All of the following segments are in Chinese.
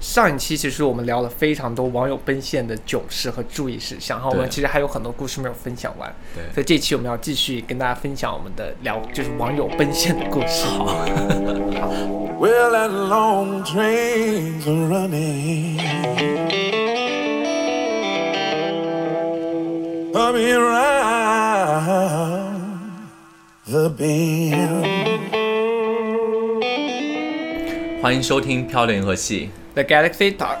上一期其实我们聊了非常多网友奔现的囧事和注意事项，然后我们对其实还有很多故事没有分享完，对所以这期我们要继续跟大家分享我们的聊就是网友奔现的故事。 Well, that long train's a running. Coming round the bend. 欢迎收听《漂流银河系 The Galaxy Talk 。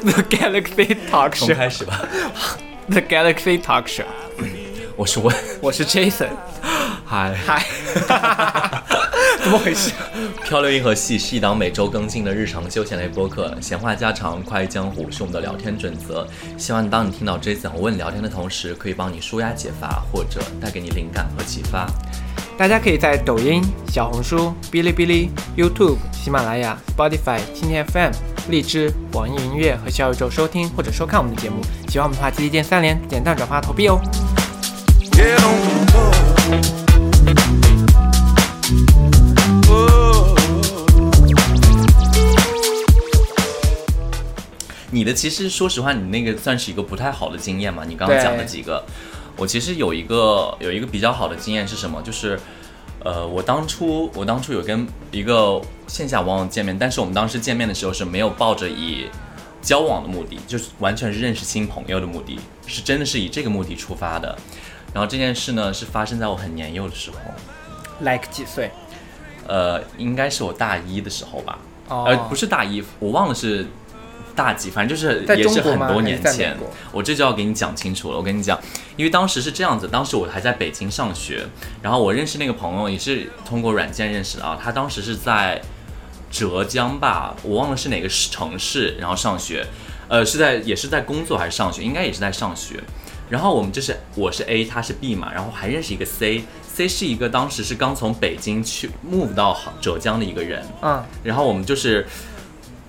The Galaxy Talk》，从 Show。开始吧。 The Galaxy Talk Show。我是问，我是 Jason。嗨，嗨， 怎么回事？ 《漂流银河系》是一档每周更新的日常休闲类播客，闲话家常、快意江湖是我们的聊天准则。希望当你听到 Jason 和问聊天的同时，可以帮你舒压解乏，或者带给你灵感和启发。大家可以在抖音、小红书、哔哩哔哩、YouTube、喜马拉雅、Spotify、蜻蜓 FM、荔枝、网易云音乐和小宇宙收听或者收看我们的节目。喜欢我们的话，记得一键三连、点赞、转发、投币哦。 Get on the floor. Oh, 你的其实说实话，你那个算是一个不太好的经验嘛？你刚刚对讲的几个，我其实有一个有一个比较好的经验是什么？就是，呃，我当初我当初有跟一个线下网友见面，但是我们当时见面的时候是没有抱着以交往的目的，就是完全是认识新朋友的目的，是真的是以这个目的出发的。然后这件事呢，是发生在我很年幼的时候， Like 几岁？呃，应该是我大一的时候吧，哦呃，不是大一，我忘了是大几，反正就是在也中是国很吗多还是年在美前国。我这就要给你讲清楚了。我跟你讲，因为当时是这样子，当时我还在北京上学，然后我认识那个朋友也是通过软件认识的啊。他当时是在浙江吧，我忘了是哪个市城市，然后上学，呃，是在也是在工作还是上学，应该也是在上学。然后我们就是我是 A，他是 B 嘛，然后还认识一个 C，C 是一个当时是刚从北京去 move 到浙江的一个人，嗯，然后我们就是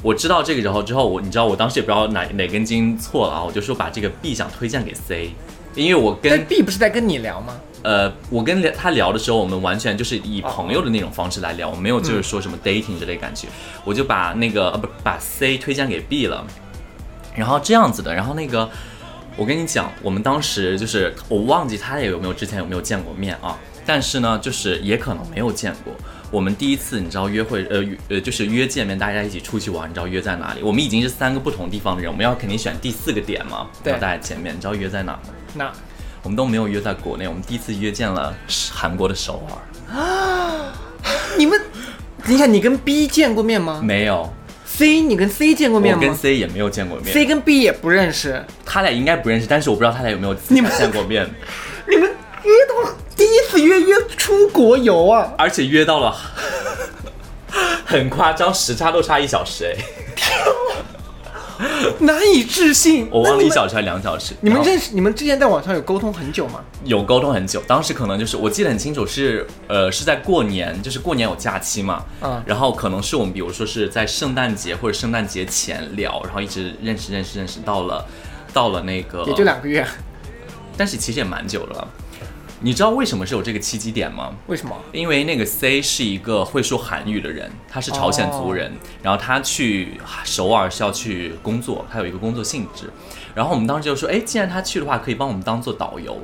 我知道这个之后之后，我你知道我当时也不知道哪哪根筋错了啊，我就说把这个 B 想推荐给 C，因为我但跟 B 不是在跟你聊吗？呃我跟聊他聊的时候，我们完全就是以朋友的那种方式来聊，我没有就是说什么 dating 之类感觉，我就把那个呃不把 C 推荐给 B 了，然后这样子的，然后那个。我跟你讲，我们当时就是我忘记他也有没有之前有没有见过面啊，但是呢，就是也可能没有见过。我们第一次你知道约会，呃约呃就是约见面，大家一起出去玩，你知道约在哪里？我们已经是三个不同地方的人，我们要肯定选第四个点嘛，对然后大家见面，你知道约在哪吗？那我们都没有约在国内，我们第一次约见了韩国的首尔，你们，等一下，你跟 B 见过面吗没有， ？C 你跟 C 见过面我吗跟 C 也没有见过面 C 跟 B 也不认识。他俩应该不认识，但是我不知道他俩有没有你们见过面，你们约到第一次约约出国游啊！而且约到了， 很夸张，时差都差一小时哎。难以置信。我忘那了你一们小时还是两小时。你们然后认识，你们之前在网上有沟通很久吗？有沟通很久，当时可能就是我记得很清楚是，呃是在过年，就是过年有假期嘛，嗯然后可能是我们比如说是在圣诞节或者圣诞节前聊，然后一直认识认识认识到了，到了那个，也就，两个月， 但是其实也蛮久了。啊你知道为什么是有这个契机点吗？为什么？因为那个 C 是一个会说韩语的人，他是朝鲜族人，然后他去首尔是要去工作，他有一个工作性质。然后我们当时就说，哎，既然他去的话，可以帮我们当做导游，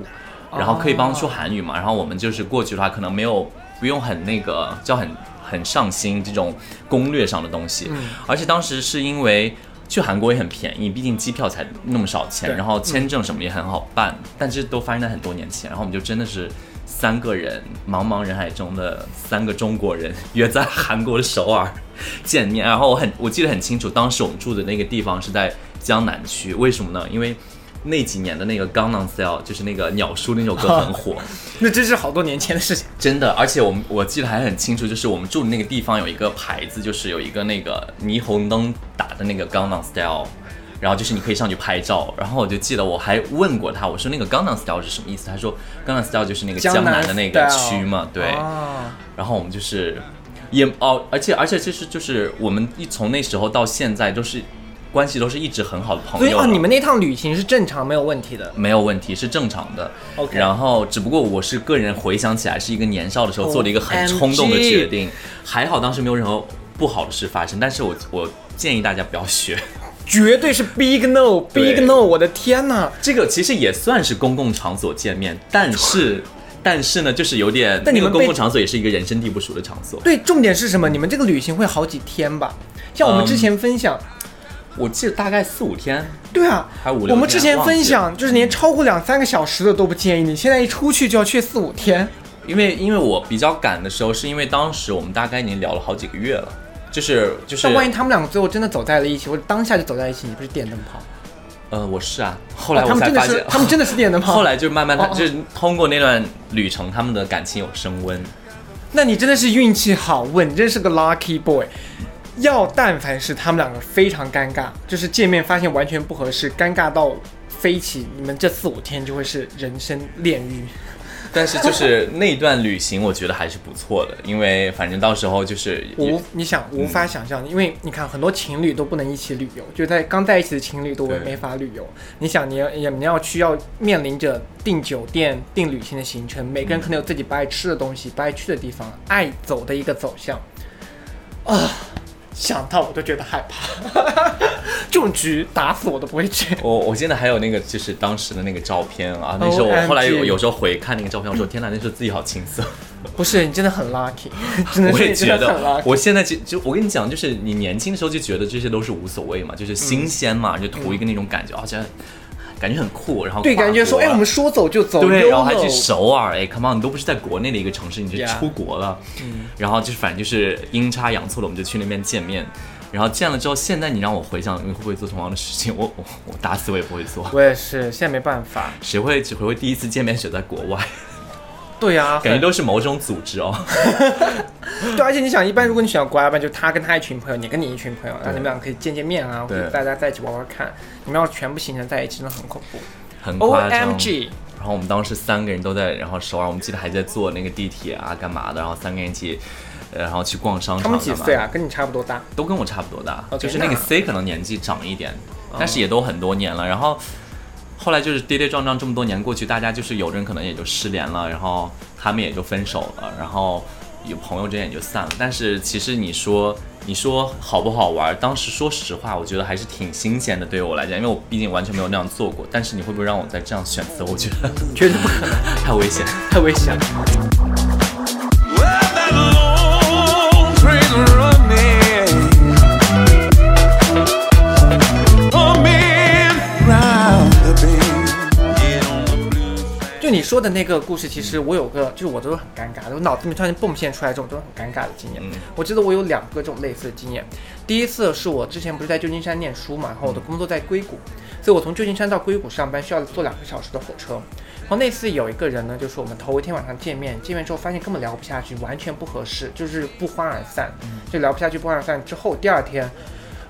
然后可以帮说韩语嘛。然后我们就是过去的话，可能没有不用很那个叫很很上心这种攻略上的东西，而且当时是因为。去韩国也很便宜，毕竟机票才那么少钱，对然后签证什么也很好办，但是都发生在很多年前。然后我们就真的是三个人，茫茫人海中的三个中国人约在韩国的首尔见面。然后我很我记得很清楚，当时我们住的那个地方是在江南区，为什么呢？因为那几年的那个《Gangnam Style》就是那个鸟叔那首歌很火，那真是好多年前的事情。真的，而且我们我记得还很清楚，就是我们住的那个地方有一个牌子，就是有一个那个霓虹灯打的那个 Gangnam Style，然后就是你可以上去拍照。然后我就记得我还问过他，我说那个 Gangnam Style 是什么意思？他说 Gangnam Style 就是那个江 江南南的那个 style 区嘛，对。哦，然后我们就是也哦，而且而且就是就是我们一从那时候到现在都是关系都是一直很好的朋所以友啊，了。你们那趟旅行是正常没有问题的。没有问题，是正常的。 OK 然后只不过我是哦个人回想起来，是一个年少的时候做了一个很冲动的决定，还好当时没有任何不好的事发生，但是我我建议大家不要学。 绝对是 big no，big 对 no！我的天呐！这个其实也算是公共场所见面，但是但是呢，就是有点，但你那们个被公共场所也是一个人生地不熟的场所。对，重点是什么？你们这个旅行会好几天吧？像嗯我们之前分享，我记得大概四五天，对啊，还有五六我们天之前忘记分享就是连超过两三个小时的都不建议你，现在一出去就要去四五天。因为因为我比较赶的时候，是因为当时我们大概已经聊了好几个月了，就是就是那，万一他们两个最后真的走在了一起，或者当下就走在一起，你不是电灯泡？呃，我是啊，后来哦他们我才真的发是现，，他们真的是电 灯泡。后，来就慢慢他哦哦就是通过那段旅程，他们的感情有升温。那你真的是运气好，稳真是个 lucky boy。要但凡是他们两个非常尴尬，就是见面发现完全不合适，尴尬到飞起，你们这四五天就会是人生炼狱。但是就是那段旅行，我觉得还是不错的，因为反正到时候就是我无你想无嗯法想象，因为你看很多情侣都不能一起旅游，就在刚在一起的情侣都对没法旅游。你想你要也你要去要面临着订酒店、订旅行的行程，每个嗯人可能有自己不爱吃的东西、不爱去的地方、爱走的一个走向。啊，啊想到我都觉得害怕，这种局打死我都不会去。我我现在还有那个就是当时的那个照片啊，哦那时候我 OMG 后来有有时候回看那个照片，我说天哪，那时候自己好青 涩。 不是你真的很 lucky，真的我是也你觉真的很得， lucky。我现在就就我跟你讲，就是你年轻的时候就觉得这些都是无所谓嘛，就是新鲜嘛，就图一个那种感觉，好像感觉很酷，然后嗯对，跨感觉说，国哎，我们说走就走，啊对，然后还 YOLO 去首尔，哎，come on，你都不是在国内的一个城市，你是 Yeah 嗯出国了然后就是反正就是阴差阳错的，我们就去那边见面，然后见了之后，现在你让我回想，你会不会做同样的事情？我我我打死我也不会做，我也是，现在没办法。谁会只会第一次见面选在国外？对呀、啊，感觉都是某种组织哦。 对，而且你想，一般如果你选国外吧，就他跟他一群朋友，你跟你一群朋友，然后你们俩可以见见面啊，或对者大家在一起玩玩看。你们要全部形成在一起，真的很恐怖。很 O 夸张。 M G，然后我们当时三个人都在，然后首尔，我们记得还在坐那个地铁啊，干嘛的？然后三个人一起，呃，然后去逛商场。他们几岁干嘛啊？跟你差不多大。的？都跟我差不多大 OK，就是那个那 C 可能年纪长一点，哦但是也都很多年了。然后后来就是跌跌撞撞这么多年过去，大家就是有的人可能也就失联了，然后他们也就分手了，然后有朋友之间也就散了。但是其实你说。你说好不好玩？当时说实话，我觉得还是挺新鲜的，对于我来讲，因为我毕竟完全没有那样做过。但是你会不会让我再这样选择？我觉得 绝对不可能，太危险。太危险了。 Well, that long train's running, coming round the bend. Get on the blues. 就你说的那个故事，其实我有个，就是我都是很尴尬的，我脑子里面突然蹦现出来这种都是很尴尬的经验。嗯我记得我有两个这种类似的经验。第一次是我之前不是在旧金山念书嘛，然后我的工作在硅谷，所以我从旧金山到硅谷上班需要坐两个小时的火车。然后那次有一个人呢，就是我们头一天晚上见面，见面之后发现根本聊不下去，完全不合适，就是不欢而散，就聊不下去，不欢而散之后，第二天，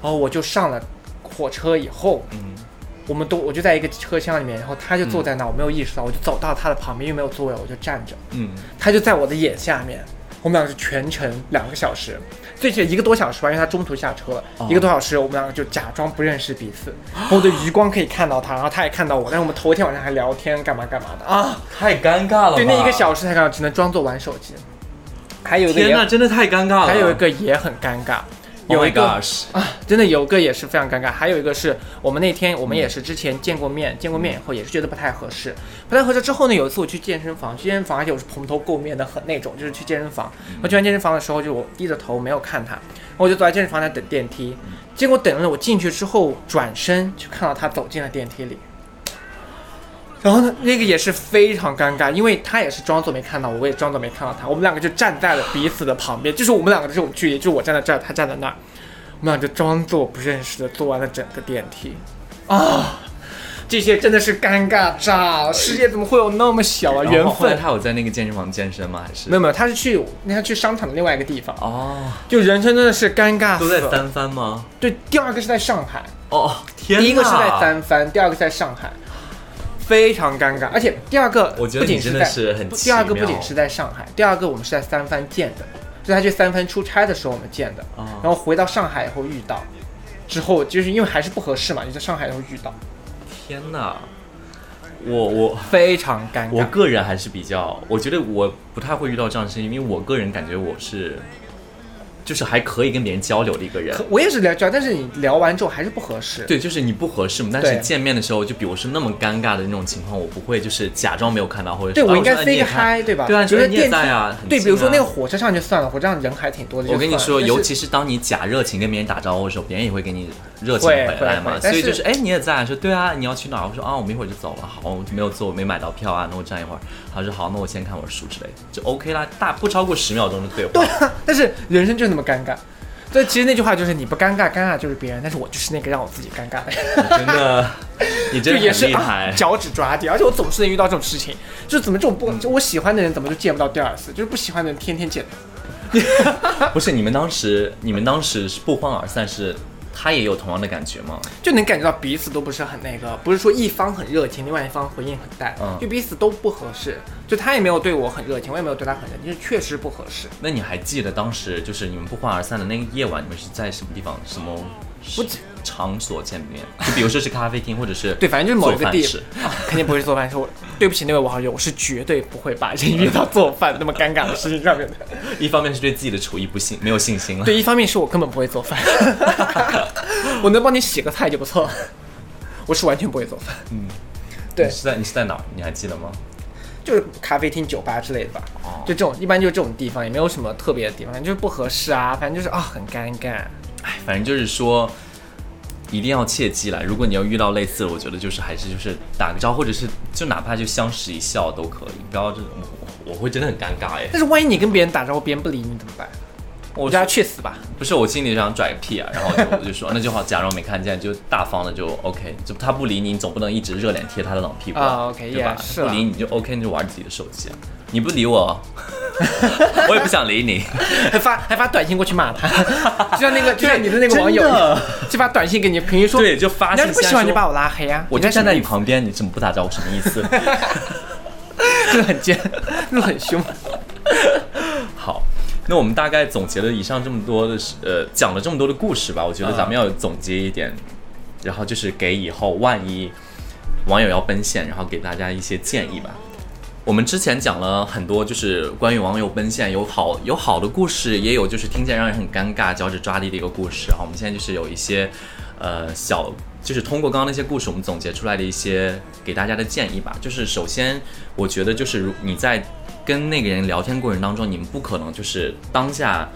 然后我就上了火车以后，嗯我们都我就在一个车厢里面，然后他就坐在那，我没有意识到，我就走到他的旁边，因为没有座位，我就站着，嗯，他就在我的眼下面，我们俩是全程两个小时，最起一个多小时吧，因为他中途下车了，哦一个多小时，我们两个就假装不认识彼 此，然后我的余光可以看到他，然后他也看到我，但是我们头一天晚上还聊天干嘛干嘛的 啊，太尴尬了吧。对，那一个小时才刚只能装作玩手机，还有一个天也呐，真的太尴尬了。还有一个也很尴尬， Oh 有 my 一个。 gosh，啊，真的有个也是非常尴尬，还有一个是我们那天我们也是之前见过面，见过面以后也是觉得不太合适，不太合适之后呢，有一次我去健身房，去健身房而且我是蓬头垢面的很那种，就是去健身房，我去完健身房的时候就我低着头没有看他，我就坐在健身房那等电梯，结果等了我进去之后转身就看到他走进了电梯里。然后呢，那个也是非常尴尬，因为他也是装作没看到我，我也装作没看到他，我们两个就站在了彼此的旁边，就是我们两个的这种距离，就是我站在这儿，他站在那儿，我们俩就装作不认识的坐完了整个电梯。啊，这些真的是尴尬炸了！世界怎么会有那么小啊？缘然后后来分。他有在那个健身房健身吗？还是没有没有，他是去那他去商场的另外一个地方，哦，就人生真的是尴尬死都在了。三番吗？对，第二个是在上海，哦，天呐第一个是在，三藩，第二个在上海，非常尴尬。而且第二个我觉得不仅你真的在是很不奇第二个不妙仅是在上海，第二个我们是在三藩见的，就他去三藩出差的时候我们见的，哦然后回到上海以后遇到，之后就是因为还是不合适嘛，就在上海以后遇到，天呐，我我。非常尴我尬。个人还是比较，我觉得我不太会遇到这样的事情，因为我个人感觉我是，就是还可以跟别人交流的一个人可。我也是聊交，但是你聊完之后还是不合适。对，就是你不合适嘛。但对是见面的时候，就比如说那么尴尬的那种情况，我不会就是假装没有看到，或者对，说我啊应该说哎 say 你也个看 hi，对吧？对比啊，如说说你也电在啊，很对，近比如说啊那个火车上就算了，火车上人还挺多的。我跟你就算说，了尤但是其是当你假热情跟别人打招呼的时候，别人也会给你热情会回来会嘛。会但所以就是是，哎，你也在啊？说对啊，你要去哪儿？我说啊，我们一会儿就走了。好，我没有坐，我没买到票啊，那我站一会儿。他说好，那我先看会儿书之类的，就 OK 啦，大不超过十秒钟的对话。对啊，但是人生就那么尴尬。所以其实那句话就是你不尴尬，尴尬就是别人，但是我就是那个让我自己尴尬的 人，真 的，你就真也的是很厉害啊，。脚趾抓地，而且我总是能遇到这种事情，就怎么这种嗯不，就我喜欢的人怎么就见不到第二次，就是不喜欢的人天天见。不是你们当时，你们当时是不欢而散是？他也有同样的感觉吗？就能感觉到彼此都不是很那个，不是说一方很热情，另外一方回应很淡，嗯就彼此都不合适。就他也没有对我很热情，我也没有对他很热情，就是确实不合适。那你还记得当时就是你们不欢而散的那个夜晚，你们是在什么地方、什么不记场所见面？ 就比如说是咖啡厅，或者是对，反正就是某一做个饭地吃啊，肯定不会是做饭。说我对不起那位我好友，我是绝对不会把人约到做饭那么尴尬的事情上面的。一方面是对自己的厨艺不信没有信心了，对，一方面是我根本不会做饭，我能帮你洗个菜就不错了。我是完全不会做饭，对你是在你是在哪儿？你还记得吗？就是咖啡厅、酒吧之类的吧。哦就这种，一般就这种地方，也没有什么特别的地方，就是不合适啊，反正就是啊、很尴尬。哎，反正就是说，一定要切记啦。如果你要遇到类似的，我觉得就是还是就是打个招呼，或者是就哪怕就相视一笑都可以，不要这种我我会真的很尴尬哎。但是万一你跟别人打招呼，别人不理你怎么办？我我叫他去死吧！不是我心里想拽个屁啊，然后我就我就说那 就好，假装没看见，就大方的就 OK，就他不理你，你总不能一直热脸贴他的冷屁股啊，OK，对吧？也是不啦理你就 OK，你就玩自己的手机啊，你不理 我，我也不想理你。还发还发短信过去骂 他，就像那个就像你的那个网友真的，就发短信给你，平时说对，就发你信要息是不喜欢就把我拉黑啊，我你就在什站么在你地旁边，你怎么不打招呼？什么意 思？方就是很贱，就是很凶。好，那我们大概总结了以上这么多的事，呃，讲了这么多的故事吧，我啊觉得咱们要总结一点，然后就是给以后万一网友要奔现，然后给大家一些建议吧。我们之前讲了很多，就是关于网友奔现，有好有好的故事，也有就是听见让人很尴尬、脚趾抓地的一个故事。好，我们现在就是有一些，呃，小就是通过刚刚那些故事，我们总结出来的一些给大家的建议吧。就是首先，我觉得就是如你在跟那个人聊天过程当中，你们不可能就是当下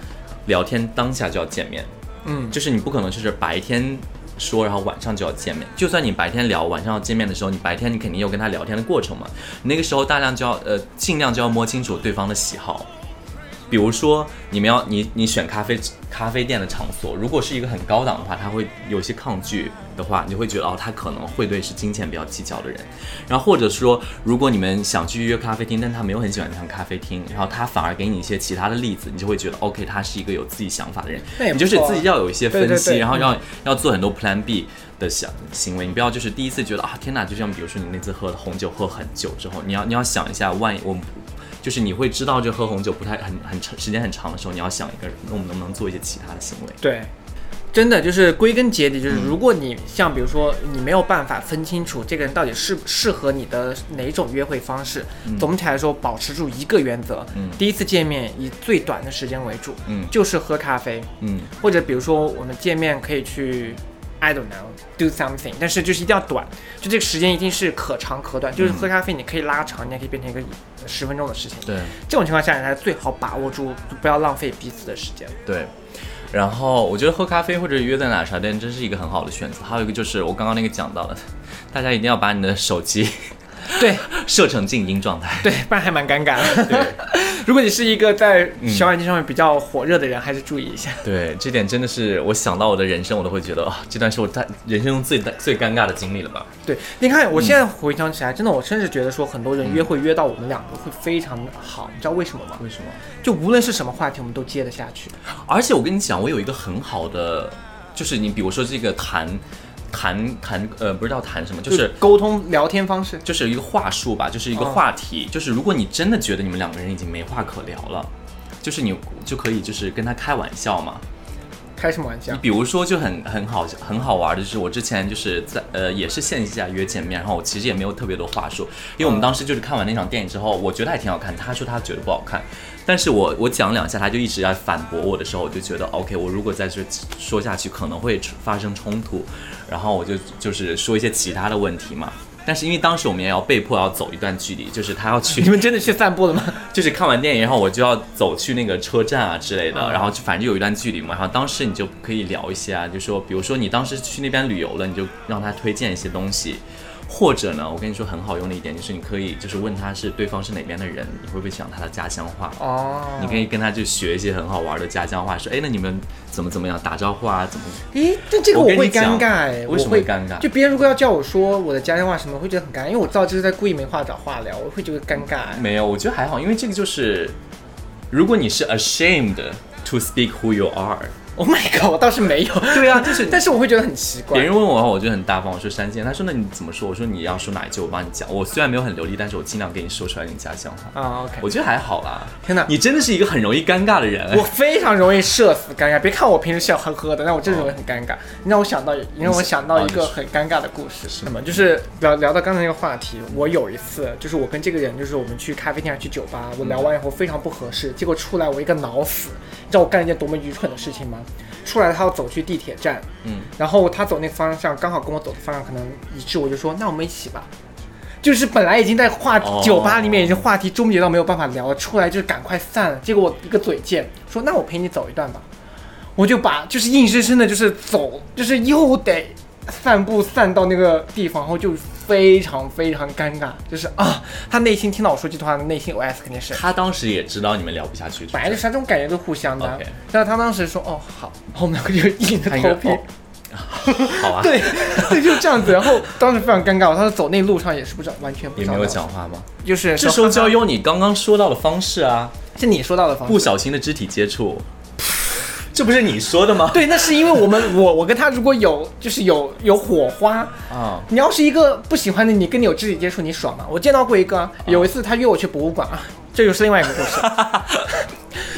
聊天当下就要见面，嗯，就是你不可能就是白天说，然后晚上就要见面。就算你白天聊，晚上要见面的时候，你白天你肯定有跟他聊天的过程嘛。你那个时候大量就要呃，尽量就要摸清楚对方的喜好。比如说，你们要你你选咖啡咖啡店的场所，如果是一个很高档的话，他会有些抗拒的话，你就会觉得哦，他可能会对是金钱比较计较的人。然后或者说，如果你们想去约咖啡厅，但他没有很喜欢那趟咖啡厅，然后他反而给你一些其他的例子，你就会觉得 OK，他是一个有自己想法的人。那也你不就是错啊自己要有一些分析，对对对嗯然后要、要做很多 Plan B 的想行为，你不要就是第一次觉得啊天哪，就像比如说你那次喝了红酒喝很久之后，你要你要想一下，万一我们就是你会知道这喝红酒不太很很长时间很长的时候，你要想一个那我们能不能做一些其他的行为。对，真的就是归根结底就是，嗯如果你像比如说你没有办法分清楚这个人到底适适合你的哪种约会方式，总体来说保持住一个原则，嗯第一次见面以最短的时间为主，嗯就是喝咖啡，嗯，或者比如说我们见面可以去，I don't know do something，但是就是一定要短，就这个时间一定是可长可嗯短。就是喝咖啡你可以拉长，你也可以变成一个十分钟的事情。对这种情况下，你还是最好把握住，就不要浪费彼此的时间。对。然后我觉得喝咖啡或者约在奶茶店真是一个很好的选择。还有一个就是我刚刚那个讲到的，大家一定要把你的手机 对设成静音状态。 对，不然还蛮尴尬 的。如果你是一个在嗯小软件上面比较火热的人，还是注意一下。对，这点真的是我想到我的人生，我都会觉得啊、这段是我在人生中最大最尴尬的经历了吧？对，你看我现在回想起来，真的，我甚至觉得说，很多人约会约到我们两个会非常好，你知道为什么吗？为什么？就无论是什么话题，我们都接得下去。而且我跟你讲，我有一个很好的，就是你比如说这个谈谈谈，呃，不知道谈什么，就是沟通聊天方式。就是一个话术吧，就是一个嗯话题，就是如果你真的觉得你们两个人已经没话可聊了，就是你就可以就是跟他开玩笑嘛。开什么玩笑？比如说就很很好很好玩的，就是我之前就是在呃也是线下约见面，然后我其实也没有特别多话术，因为我们当时就是看完那场电影之后，我觉得还挺好看，他说他觉得不好看，但是我我讲两下，他就一直在反驳我的时候，我就觉得 OK，我如果再去说下去可能会发生冲突，然后我就就是说一些其他的问题嘛。但是因为当时我们也要被迫要走一段距离，就是他要 去你们真的去散步了吗？就是看完电影，然后我就要走去那个车站啊之类嗯的，然后就反正有一段距离嘛，然后当时你就可以聊一些啊，就说比如说你当时去那边旅游了，你就让他推荐一些东西，或者呢，我跟你说很好用的一点就是你可以就是问他是对方是哪边的人，你会不会讲他的家乡话？ 哦，你可以跟他就学一些很好玩的家乡话，说哎，那你们怎么怎么样打招呼啊？怎么？诶，但这个我跟会你讲尴尬哎，为什我么会会尴尬就别人如果要叫我说我的家乡话什么，我会觉得很尴尬，因为我知道这是在故意没话找话聊，我会觉得尴尬哎。没有，我觉得还好，因为这个就是，如果你是 ashamed to speak who you are， Oh my god，我倒是没 有。对啊，就是，但是我会觉得很奇别怪。人问我的话，我就很大方，我说山西人。他说那你怎么说？我说你要说哪一句，我帮你讲。我虽然没有很流利，但是我尽量给你说出来你家乡话。啊，OK，我觉得还好啦。天哪你真的是一个很容易尴尬的人。我非常容易社死尴尬。别看我平时笑呵呵的，但我真的容易很尴尬。你让我想到，你让我想到一个哦很尴尬的故事，什么？就是聊聊到刚才那个话题，我有一次就是我跟这个人，就是我们去咖啡店还是去酒吧，我聊完以后非常不合适，结果出来我一个脑死，你知道我干了一件多么愚蠢的事情吗？出来他要走去地铁站，嗯，然后他走那方向刚好跟我走的方向可能一致，我就说那我们一起吧。就是本来已经在话哦酒吧里面已经话题终结到没有办法聊了，出来就是赶快散了。结果我一个嘴贱，说那我陪你走一段吧，我就把就是硬生生的就是走，就是又得散步散到那个地方，然后就非常非常尴尬，就是啊，他内心听到我说这句话，内心 OS 肯定是他当时也知道你们聊不下去，本来就是这种感觉都互相 的 OK。但是他当时说哦好，然后我们两个就硬着他应该头皮 哦。好啊，对，哎对，就这样子。然后当时非常尴尬，我当时走那路上也是不知道，完全不也知道。没有讲，话吗？就是这时候就要用你刚刚说到的方式啊，是你说到的方式不。小心的肢体接触，这不是你说的吗？对，那是因为我们我我跟他如果有就是有有火花，啊，你要是一个不喜欢的，你跟你有肢体接触，你爽吗？我见到过一个啊，有一次他约我去博物馆啊，这又是另外一个故事。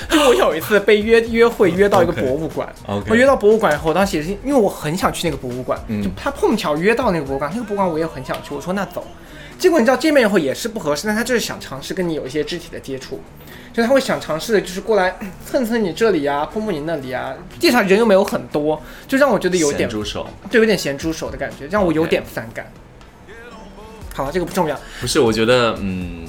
就我有一次被约约会约到一个博物馆 OK，OK 我约到博物馆以后，我当时也是因为我很想去那个博物馆，嗯就他碰巧约到那个博物馆，那个博物馆我也很想去，我说那走。结果你知道见面以后也是不合适，但他就是想尝试跟你有一些肢体的接触，就是他会想尝试的，就是过来 蹭蹭你这里啊，碰碰你那里啊，地上人又没有很多，就让我觉得有点咸猪手。对，有点咸猪手的感觉，让我有 OK 点不反感。好，这个不重要不是，我觉得嗯，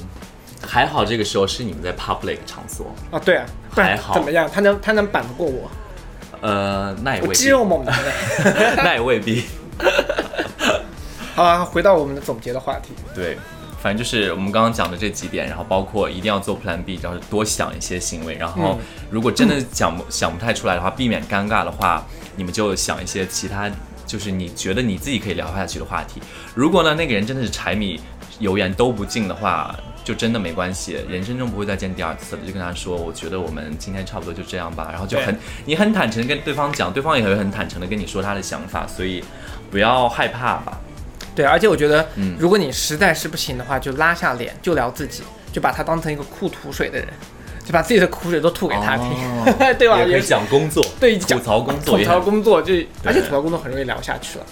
还好这个时候是你们在 public 场所，哦。对啊，不然还好怎么样？他能他能板得过我？呃，那也我未肌必，肉猛男的。 那也未必。好啊，回到我们的总结的话题。对，反正就是我们刚刚讲的这几点，然后包括一定要做 Plan B，然后多想一些行为，然嗯后如果真的想不、想不太出来的话，避免尴尬的话，你们就想一些其他，就是你觉得你自己可以聊下去的话题。如果呢，那个人真的是柴米油盐都不进的话。就真的没关系，人生中不会再见第二次了。就跟他说，我觉得我们今天差不多就这样吧。然后就很对，你很坦诚地跟对方讲，对方也会很坦诚的跟你说他的想法，所以不要害怕吧。对，而且我觉得嗯，如果你实在是不行的话，就拉下脸，就聊自己，就把他当成一个吐苦水的人，就把自己的苦水都吐给他听，哦 对吧？也可也以是讲工作，对吐槽工作吐也槽很，工作就，而且吐槽工作很容易聊下去了。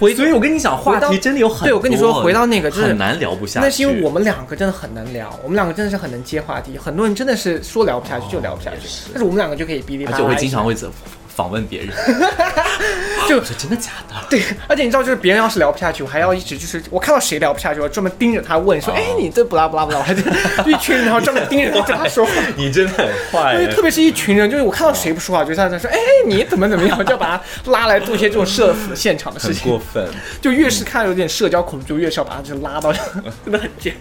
回所以我跟你讲，回话到题真的有很多。对我跟你说回到那个就是很难聊不下去。那是因为我们两个真的很能聊，我们两个真的是很能接话题，很多人真的是说聊不下去就聊不下去，也是但是我们两个就可以哔哩吧啦一而且直，我会经常会走访问别人， 就我说真的假的？对，而且你知道，就是别人要是聊不下去，我还要一直就是我看到谁聊不下去，我专门盯着他问说，哦哎、你这不拉不拉不拉，我 还就一群人，然后专门盯着他跟他 说话。你真的很坏因为特别是一群人，就是我看到谁不说话，就像在说，哎， 你怎么怎么样，我就要把他拉来做一些这种社死现场的事很过情。分。就越是看有点社交恐惧，就越是要把他就拉到， 真的很贱。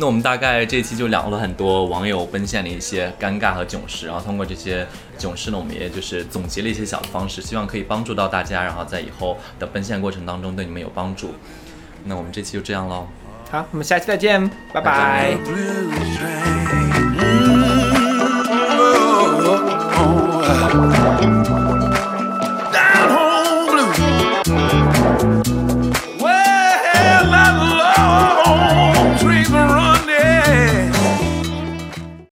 那我们大概这期就聊了很多网友奔现的一些尴尬和囧事，然后通过这些囧事呢，我们也就是总结了一些小的方式，希望可以帮助到大家，然后在以后的奔现过程当中对你们有帮助。那我们这期就这样喽。好，我们下期再见，拜拜拜拜 Blues train.